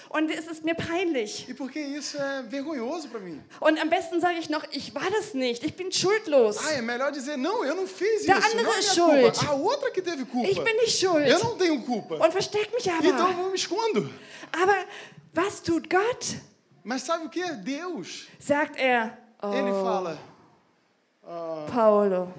Speaker 3: Und es ist mir peinlich.
Speaker 2: E porque isso é vergonhoso pra mim.
Speaker 3: Und am besten sage ich noch, ich war das nicht, ich bin schuldlos.
Speaker 2: Ah, é melhor dizer, não, eu não fiz
Speaker 3: Da
Speaker 2: isso. Não
Speaker 3: andere
Speaker 2: é minha
Speaker 3: schuld.
Speaker 2: culpa. A outra que teve culpa.
Speaker 3: Ich bin nicht
Speaker 2: Eu
Speaker 3: schuld.
Speaker 2: não tenho culpa.
Speaker 3: Und versteck mich
Speaker 2: Então eu
Speaker 3: aber.
Speaker 2: vou me escondo.
Speaker 3: Aber was tut Gott?
Speaker 2: Mas sabe o que? Deus,
Speaker 3: Sagt er,
Speaker 2: ele
Speaker 3: oh,
Speaker 2: fala,
Speaker 3: Paolo,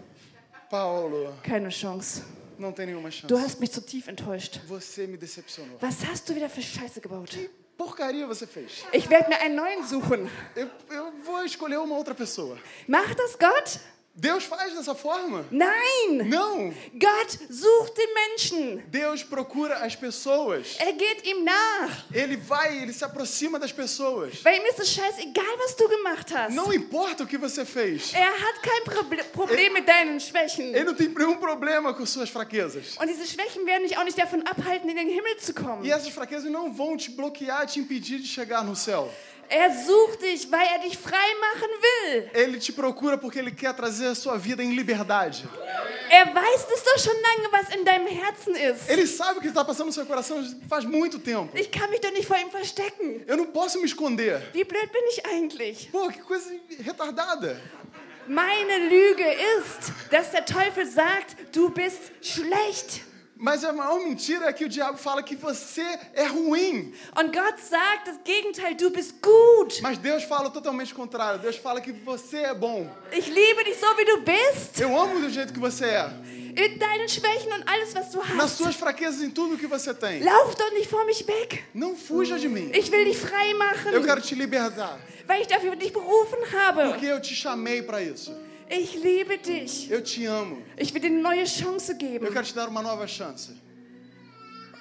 Speaker 2: Paulo,
Speaker 3: keine Chance.
Speaker 2: não tem nenhuma chance.
Speaker 3: Du hast mich zu tief enttäuscht.
Speaker 2: Você me decepcionou.
Speaker 3: Was hast du wieder für Scheiße gebaut?
Speaker 2: Que porcaria você fez?
Speaker 3: Ich werde mir einen neuen suchen.
Speaker 2: Eu, eu vou escolher uma outra pessoa.
Speaker 3: Macht das Gott?
Speaker 2: Deus faz dessa forma?
Speaker 3: Nein!
Speaker 2: Não.
Speaker 3: Gott sucht den Menschen.
Speaker 2: Deus procura as pessoas.
Speaker 3: Er geht ihm nach.
Speaker 2: Ele vai, ele se aproxima das pessoas.
Speaker 3: Bei ihm ist es scheißegal, was du gemacht hast.
Speaker 2: Não importa o que você fez.
Speaker 3: Er hat kein Proble Problem mit deinen Schwächen.
Speaker 2: Ele não tem nenhum problema com suas fraquezas.
Speaker 3: Und diese Schwächen werden dich auch nicht davon abhalten, in den Himmel zu
Speaker 2: E
Speaker 3: kommen.
Speaker 2: essas fraquezas não vão te bloquear, te impedir de chegar no céu.
Speaker 3: Er sucht dich, weil er dich frei machen will.
Speaker 2: Ele te procura porque ele quer trazer a sua vida em liberdade.
Speaker 3: Er weiß es doch schon lange, was in deinem Herzen ist.
Speaker 2: Ele sabe o que está passando no seu coração faz muito tempo.
Speaker 3: Ich kann mich doch nicht vor ihm verstecken.
Speaker 2: Eu não posso me esconder.
Speaker 3: Wie blöd bin ich eigentlich?
Speaker 2: Pô, que coisa retardada.
Speaker 3: Meine Lüge ist, dass der Teufel sagt, du bist schlecht.
Speaker 2: Mas a maior mentira é que o diabo fala que você é ruim.
Speaker 3: Und Gott sagt das Gegenteil, du bist gut.
Speaker 2: Mas Deus fala totalmente o contrário. Deus fala que você é bom.
Speaker 3: Ich liebe dich so, wie du bist.
Speaker 2: Eu amo do jeito que você é.
Speaker 3: Mit deinen Schwächen und alles, was du
Speaker 2: Nas
Speaker 3: hast.
Speaker 2: suas fraquezas, em tudo que você tem.
Speaker 3: Lauf doch nicht vor mich weg.
Speaker 2: Não fuja de mim.
Speaker 3: Ich will dich frei
Speaker 2: Eu
Speaker 3: machen,
Speaker 2: quero te libertar.
Speaker 3: weil ich dafür dich berufen habe.
Speaker 2: Porque eu te chamei para isso.
Speaker 3: Ich liebe dich.
Speaker 2: Eu te amo.
Speaker 3: Ich will dir eine neue Chance
Speaker 2: Eu
Speaker 3: geben.
Speaker 2: quero te dar uma nova chance.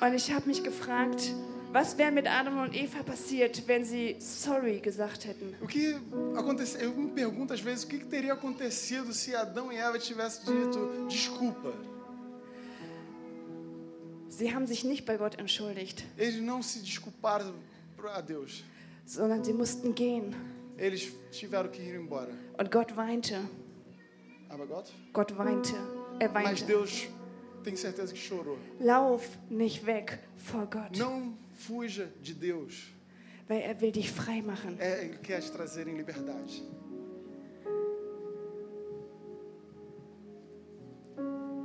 Speaker 3: Und ich habe mich gefragt, was wäre mit Adam und Eva passiert, wenn sie sorry gesagt hätten?
Speaker 2: O que aconteceu? Eu me pergunto às vezes o que, que teria acontecido se Adão e Eva tivessem dito desculpa.
Speaker 3: Sie haben sich nicht bei Gott entschuldigt,
Speaker 2: Eles não se desculparam a Deus.
Speaker 3: sondern sie mussten gehen.
Speaker 2: Eles tiveram que ir embora.
Speaker 3: Und Gott weinte.
Speaker 2: Aber Gott?
Speaker 3: Gott weinte. Er
Speaker 2: Mas
Speaker 3: weinte.
Speaker 2: Deus tem certeza que chorou.
Speaker 3: Lauf nicht weg vor Gott,
Speaker 2: Não fuja de Deus.
Speaker 3: weil er will dich frei machen.
Speaker 2: É, ele quer te trazer em liberdade.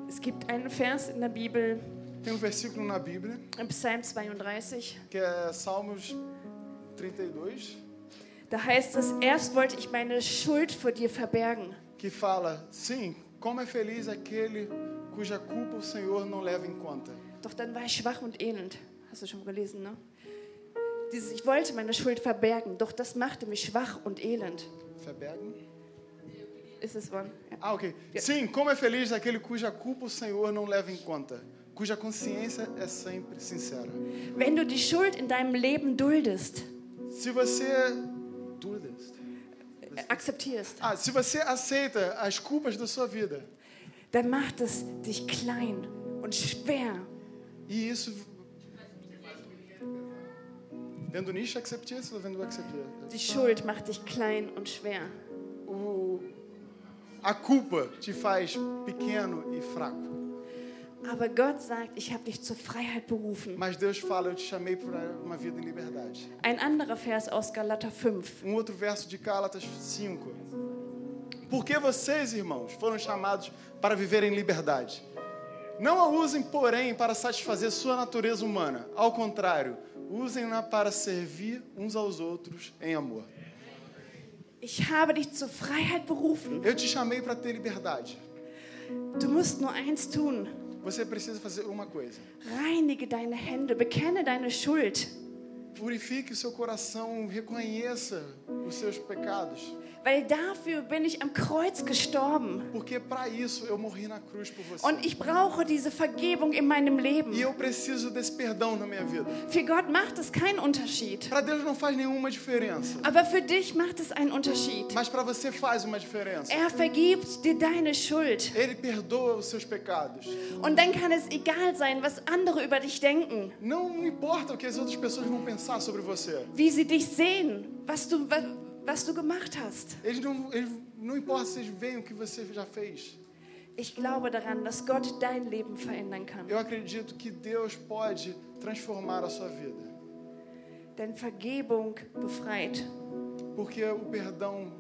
Speaker 3: Es gibt einen Vers in der Bibel,
Speaker 2: Tem um versículo na Bíblia
Speaker 3: im Psalm 32,
Speaker 2: que é Salmos 32
Speaker 3: da heißt es, erst wollte ich meine Schuld vor dir verbergen,
Speaker 2: que fala: Sim, como é feliz aquele cuja culpa o Senhor não leva em conta.
Speaker 3: doch dann war ich schwach und elend. Hast du schon gelesen, ne? Dieses, ich wollte meine Schuld verbergen, doch das machte mich schwach und elend.
Speaker 2: Verbergen.
Speaker 3: Ist es wahr? Ja.
Speaker 2: é Ah, ok. Sim, como é feliz aquele cuja culpa o Senhor não leva em conta, cuja consciência é sempre sincera.
Speaker 3: Wenn du die Schuld in deinem Leben duldest,
Speaker 2: Se você dúvidas.
Speaker 3: äh, akzeptierst,
Speaker 2: Ah, se você aceita as culpas da sua vida
Speaker 3: dann macht es dich klein und schwer
Speaker 2: e isso Vendo é nisso, acceptia isso, tá vendo acceptia.
Speaker 3: Die Schuld macht dich klein und schwer.
Speaker 2: O a culpa te faz pequeno e fraco,
Speaker 3: Aber Gott sagt, ich habe dich zur Freiheit berufen.
Speaker 2: mas Deus fala, eu te chamei para uma vida em liberdade.
Speaker 3: Ein anderer Vers aus Galater 5.
Speaker 2: Um outro verso de Gálatas 5. Porque vocês, irmãos, foram chamados para viver em liberdade. Não a usem, porém, para satisfazer sua natureza humana. Ao contrário, usem-na para servir uns aos outros em amor.
Speaker 3: Ich habe dich zur Freiheit berufen.
Speaker 2: Eu te chamei para ter liberdade.
Speaker 3: Du musst nur eins tun.
Speaker 2: Você precisa fazer uma coisa.
Speaker 3: Reinige deine Hände, bekenne deine Schuld.
Speaker 2: Purifique o seu coração, reconheça os seus pecados.
Speaker 3: Weil dafür bin ich am Kreuz gestorben.
Speaker 2: Porque para isso eu morri na cruz por você.
Speaker 3: Und ich brauche diese Vergebung in meinem
Speaker 2: E
Speaker 3: Leben.
Speaker 2: eu preciso desse perdão na minha vida.
Speaker 3: Für Gott macht es keinen Unterschied.
Speaker 2: Para Deus não faz nenhuma diferença,
Speaker 3: Aber für dich macht es einen Unterschied.
Speaker 2: mas para você faz uma diferença.
Speaker 3: Er vergibt dir deine Schuld.
Speaker 2: Ele perdoa os seus pecados.
Speaker 3: Und dann kann es egal sein, was andere über dich denken,
Speaker 2: Não importa o que as outras pessoas vão pensar sobre você.
Speaker 3: wie sie dich sehen, was du, wa- was du gemacht hast.
Speaker 2: Eles não, eles, não importa se eles veem o que você já fez.
Speaker 3: Ich glaube daran, dass Gott dein Leben verändern kann.
Speaker 2: Eu acredito que Deus pode transformar a sua vida.
Speaker 3: Denn Vergebung befreit.
Speaker 2: Porque o perdão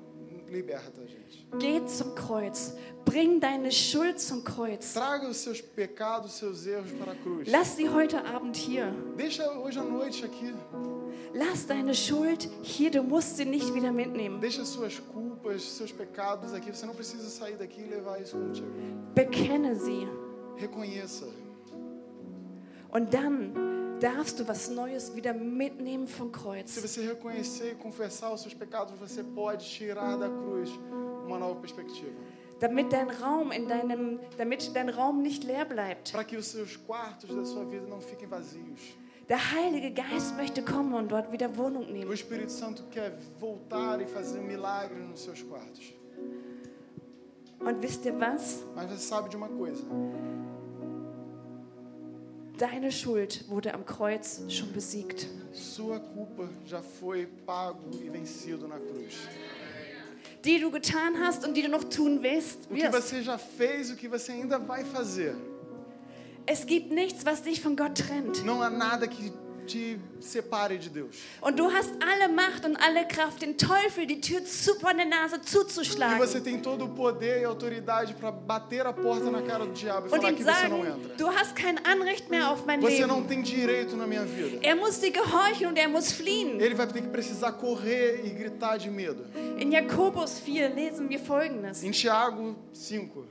Speaker 2: liberta a gente.
Speaker 3: Geh zum Kreuz. Bring deine Schuld zum Kreuz.
Speaker 2: Traga os seus pecados, os seus erros para a cruz.
Speaker 3: Lass sie heute Abend hier.
Speaker 2: Deixa hoje à noite aqui.
Speaker 3: Lass deine Schuld hier. Du musst sie nicht wieder mitnehmen.
Speaker 2: Deixa suas culpas, seus pecados aqui. Você não precisa sair daqui e levar isso contigo.
Speaker 3: Bekenne sie.
Speaker 2: Reconheça.
Speaker 3: Und dann darfst du was Neues wieder mitnehmen vom
Speaker 2: Se
Speaker 3: Kreuz.
Speaker 2: você reconhecer e confessar os seus pecados, você pode tirar da cruz uma nova perspectiva.
Speaker 3: Damit dein Raum in deinem, damit dein Raum nicht leer bleibt.
Speaker 2: Para que os seus quartos da sua vida não fiquem vazios.
Speaker 3: Der Heilige Geist möchte kommen und dort wieder Wohnung
Speaker 2: O
Speaker 3: nehmen.
Speaker 2: Espírito Santo quer voltar e fazer um milagre nos seus quartos.
Speaker 3: Und wisst ihr was?
Speaker 2: Mas você sabe de uma coisa:
Speaker 3: Deine Schuld wurde am Kreuz schon besiegt.
Speaker 2: sua culpa já foi pago e vencido na cruz.
Speaker 3: Die du getan hast und die du noch tun willst.
Speaker 2: O que
Speaker 3: wirst.
Speaker 2: você já fez, o que você ainda vai fazer.
Speaker 3: Es gibt nichts, was dich von Gott trennt.
Speaker 2: Não há nada que te separe de Deus.
Speaker 3: Und du hast alle Macht und alle Kraft, den Teufel die Tür zu vor der Nase
Speaker 2: E
Speaker 3: zuzuschlagen
Speaker 2: você tem todo o poder e autoridade para bater a porta na cara do diabo e
Speaker 3: und
Speaker 2: falar
Speaker 3: ihm
Speaker 2: que você não
Speaker 3: sagen,
Speaker 2: entra.
Speaker 3: du hast kein Anrecht mehr auf mein
Speaker 2: Você não
Speaker 3: Leben.
Speaker 2: tem direito na minha vida.
Speaker 3: Er muss dir gehorchen und er muss fliehen.
Speaker 2: Ele vai ter que precisar correr e gritar de medo.
Speaker 3: In Jakobus 4 lesen wir folgendes.
Speaker 2: Em Tiago 5,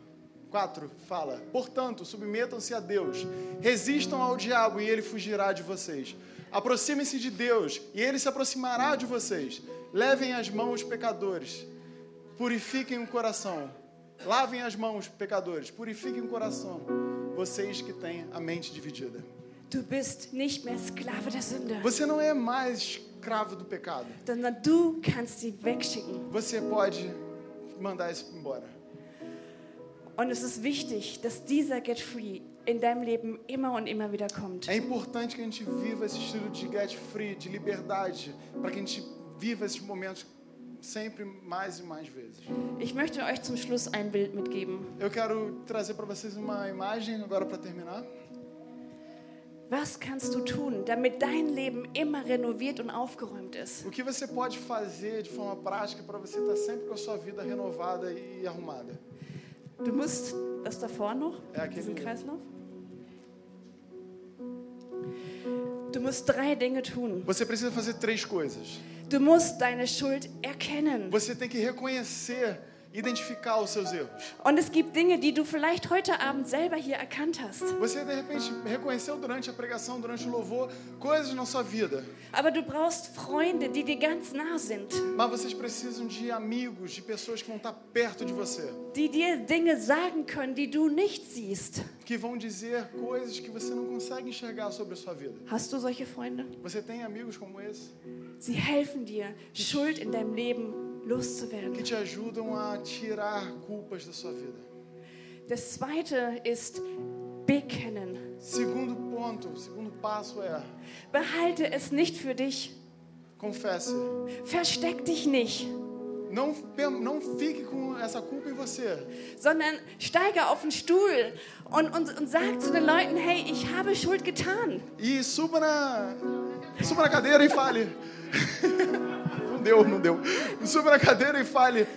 Speaker 2: 4, fala: Portanto, submetam-se a Deus, resistam ao diabo e ele fugirá de vocês. Aproximem-se de Deus e ele se aproximará de vocês. Levem as mãos, pecadores, purifiquem o coração. Lavem as mãos, pecadores, purifiquem o coração, vocês que têm a mente dividida.
Speaker 3: Du bist nicht mehr Sklave der Sünde,
Speaker 2: Você não é mais escravo do pecado.
Speaker 3: sondern du kannst sie wegschicken.
Speaker 2: Você pode mandar isso embora.
Speaker 3: Und es ist wichtig, dass dieser Get Free in deinem Leben immer und immer wieder kommt.
Speaker 2: É importante que a gente viva esse estilo de get free, de liberdade, para que a gente viva esses momentos sempre mais e mais vezes.
Speaker 3: Ich möchte euch zum Schluss ein Bild mitgeben.
Speaker 2: Eu quero trazer para vocês uma imagem agora para terminar.
Speaker 3: Was kannst du tun, damit dein Leben immer renoviert und aufgeräumt ist?
Speaker 2: O que você pode fazer de forma prática para você estar sempre com a sua vida renovada e arrumada?
Speaker 3: Du musst das davor noch,
Speaker 2: Ja, okay.
Speaker 3: diesen Kreislauf. Du musst drei Dinge tun.
Speaker 2: Você precisa fazer três coisas.
Speaker 3: Du musst deine Schuld erkennen.
Speaker 2: Você tem que reconhecer, identificar os seus erros.
Speaker 3: Und es gibt Dinge, die du vielleicht heute Abend selber hier erkannt hast.
Speaker 2: Você de repente reconheceu durante a pregação, durante o louvor, coisas na sua vida.
Speaker 3: Aber du brauchst Freunde, die dir ganz nah sind,
Speaker 2: Mas vocês precisam de amigos, de pessoas que vão estar perto de você,
Speaker 3: die dir Dinge sagen können, die du nicht siehst.
Speaker 2: que vão dizer coisas que você não consegue enxergar sobre a sua vida.
Speaker 3: Hast du solche Freunde?
Speaker 2: Você tem amigos como esse
Speaker 3: Sie helfen dir, Schuld in deinem Leben loszuwerden.
Speaker 2: que te ajudam a tirar culpas da sua vida.
Speaker 3: Das zweite ist bekennen.
Speaker 2: Segundo ponto, o segundo passo é
Speaker 3: Behalte es nicht für dich.
Speaker 2: confesse.
Speaker 3: Versteck dich nicht,
Speaker 2: Não, per- não fique com essa culpa em você.
Speaker 3: sondern steige auf den Stuhl und, und, und sag zu den Leuten, hey, ich habe Schuld getan.
Speaker 2: E suba na, suba na cadeira e fale. [laughs] não deu, não deu. Suba na cadeira e fale.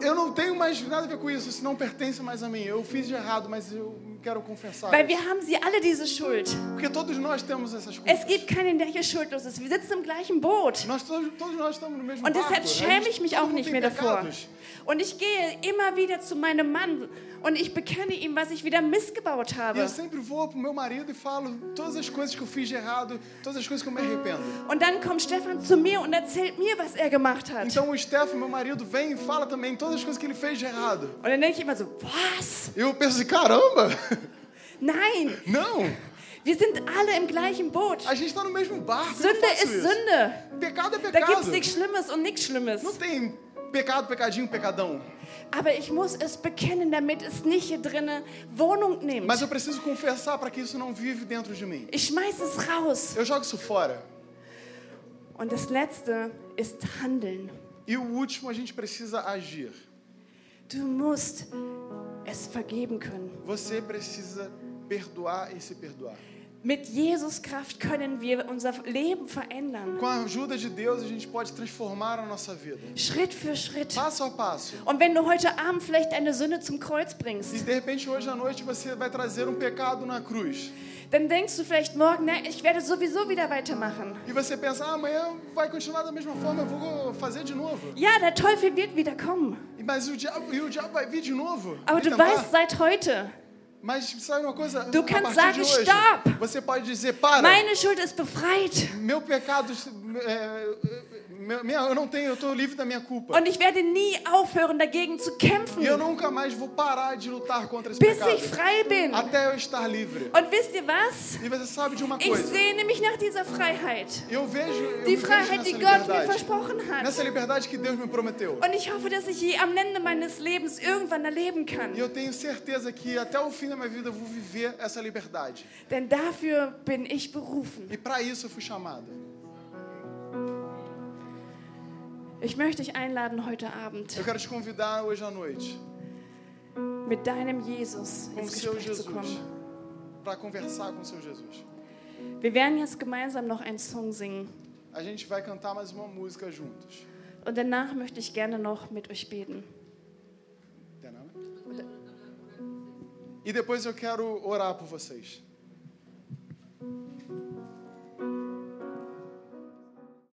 Speaker 2: Eu não tenho mais nada a ver com isso, isso não pertence mais a mim. Eu fiz de errado, mas eu quero confessar
Speaker 3: Weil
Speaker 2: isso.
Speaker 3: wir haben sie alle diese Schuld.
Speaker 2: Porque todos nós temos essas
Speaker 3: Es
Speaker 2: coisas.
Speaker 3: gibt keinen, der hier schuldlos ist. Wir sitzen im gleichen Boot.
Speaker 2: Nós todos, todos nós estamos no mesmo
Speaker 3: Und
Speaker 2: barco.
Speaker 3: deshalb
Speaker 2: né?
Speaker 3: schäme ich mich
Speaker 2: Todo
Speaker 3: auch
Speaker 2: mundo
Speaker 3: nicht
Speaker 2: tem
Speaker 3: mehr davor.
Speaker 2: pecados.
Speaker 3: Und ich gehe immer wieder zu meinem Mann und ich bekenne ihm, was ich wieder missgebaut
Speaker 2: E eu
Speaker 3: habe.
Speaker 2: sempre vou pro meu marido e falo todas as coisas que eu fiz de errado, todas as coisas que eu me arrependo.
Speaker 3: Und dann kommt Stefan zu mir und erzählt mir, was er gemacht hat. Und
Speaker 2: Então o Stefan, meu marido, vem e fala também todas as coisas que ele fez de errado.
Speaker 3: dann denke ich immer so, was?
Speaker 2: E eu penso assim, caramba, [laughs]
Speaker 3: Nein,
Speaker 2: não,
Speaker 3: wir sind alle im gleichen Boot.
Speaker 2: a gente tá no mesmo barco. eu
Speaker 3: Sünde
Speaker 2: não faço
Speaker 3: ist
Speaker 2: isso.
Speaker 3: Sünde.
Speaker 2: Pecado é
Speaker 3: Da gibt es
Speaker 2: pecado.
Speaker 3: nichts Schlimmes und nichts
Speaker 2: Não
Speaker 3: Schlimmes.
Speaker 2: tem pecado, pecadinho, pecadão.
Speaker 3: Aber ich muss es bekennen, damit es nicht hier drinnen Wohnung nimmt.
Speaker 2: Mas eu preciso confessar para que isso não vive dentro de mim.
Speaker 3: Ich schmeiß es raus.
Speaker 2: Eu jogo isso fora.
Speaker 3: Und das Letzte ist Handeln.
Speaker 2: E o último, a gente precisa agir.
Speaker 3: Du musst es vergeben können.
Speaker 2: Você precisa perdoar e se perdoar.
Speaker 3: Mit Jesus Kraft können wir unser Leben verändern.
Speaker 2: Com a ajuda de Deus, a gente pode transformar a nossa vida.
Speaker 3: Schritt für Schritt.
Speaker 2: Passo a passo.
Speaker 3: Und wenn du heute Abend vielleicht eine Sünde zum Kreuz
Speaker 2: E
Speaker 3: bringst,
Speaker 2: de repente, hoje à noite, você vai trazer um pecado na cruz.
Speaker 3: dann denkst du vielleicht morgen, na, ich werde sowieso wieder weitermachen.
Speaker 2: E você pensa, ah, amanhã vai continuar da mesma forma, eu vou fazer de novo.
Speaker 3: Ja, der Teufel wird wieder kommen.
Speaker 2: E- Mas o diabo, e o diabo vai vir de novo.
Speaker 3: Aber
Speaker 2: Vai
Speaker 3: du
Speaker 2: tentar.
Speaker 3: weißt seit heute,
Speaker 2: Mas sabe uma coisa?
Speaker 3: Du
Speaker 2: a
Speaker 3: kannst
Speaker 2: partir de
Speaker 3: sagen,
Speaker 2: hoje,
Speaker 3: "Stop!"
Speaker 2: Você pode dizer, para.
Speaker 3: meine Schuld ist befreit.
Speaker 2: Meu pecado, é, meu- minha, eu não tenho, eu estou livre da minha culpa.
Speaker 3: Und ich werde nie aufhören, dagegen zu
Speaker 2: E eu
Speaker 3: kämpfen,
Speaker 2: nunca mais vou parar de lutar contra esse
Speaker 3: bis
Speaker 2: pecado.
Speaker 3: ich frei bin.
Speaker 2: Até eu estar livre.
Speaker 3: Und wisst ihr was?
Speaker 2: E você sabe de uma
Speaker 3: Ich
Speaker 2: coisa.
Speaker 3: sehne mich nach dieser Freiheit.
Speaker 2: Eu vejo, eu me
Speaker 3: Die
Speaker 2: vejo
Speaker 3: Freiheit,
Speaker 2: nessa
Speaker 3: die Gott mir
Speaker 2: liberdade.
Speaker 3: versprochen hat.
Speaker 2: Nessa liberdade que Deus me prometeu.
Speaker 3: Und ich hoffe, dass ich je am Ende meines Lebens irgendwann erleben
Speaker 2: E
Speaker 3: kann.
Speaker 2: eu tenho certeza que até o fim da minha vida eu vou viver essa liberdade.
Speaker 3: Denn dafür bin ich berufen.
Speaker 2: E para isso eu fui chamada.
Speaker 3: Ich möchte dich einladen, heute Abend
Speaker 2: Eu quero te convidar hoje à noite,
Speaker 3: mit deinem Jesus
Speaker 2: com o
Speaker 3: ins
Speaker 2: seu
Speaker 3: Gespräch zu
Speaker 2: Jesus,
Speaker 3: kommen.
Speaker 2: para conversar com o seu Jesus.
Speaker 3: Wir werden jetzt gemeinsam noch einen Song singen.
Speaker 2: A gente vai cantar mais uma música juntos.
Speaker 3: Und danach möchte ich gerne noch mit euch beten.
Speaker 2: Entendeu? E depois eu quero orar por vocês.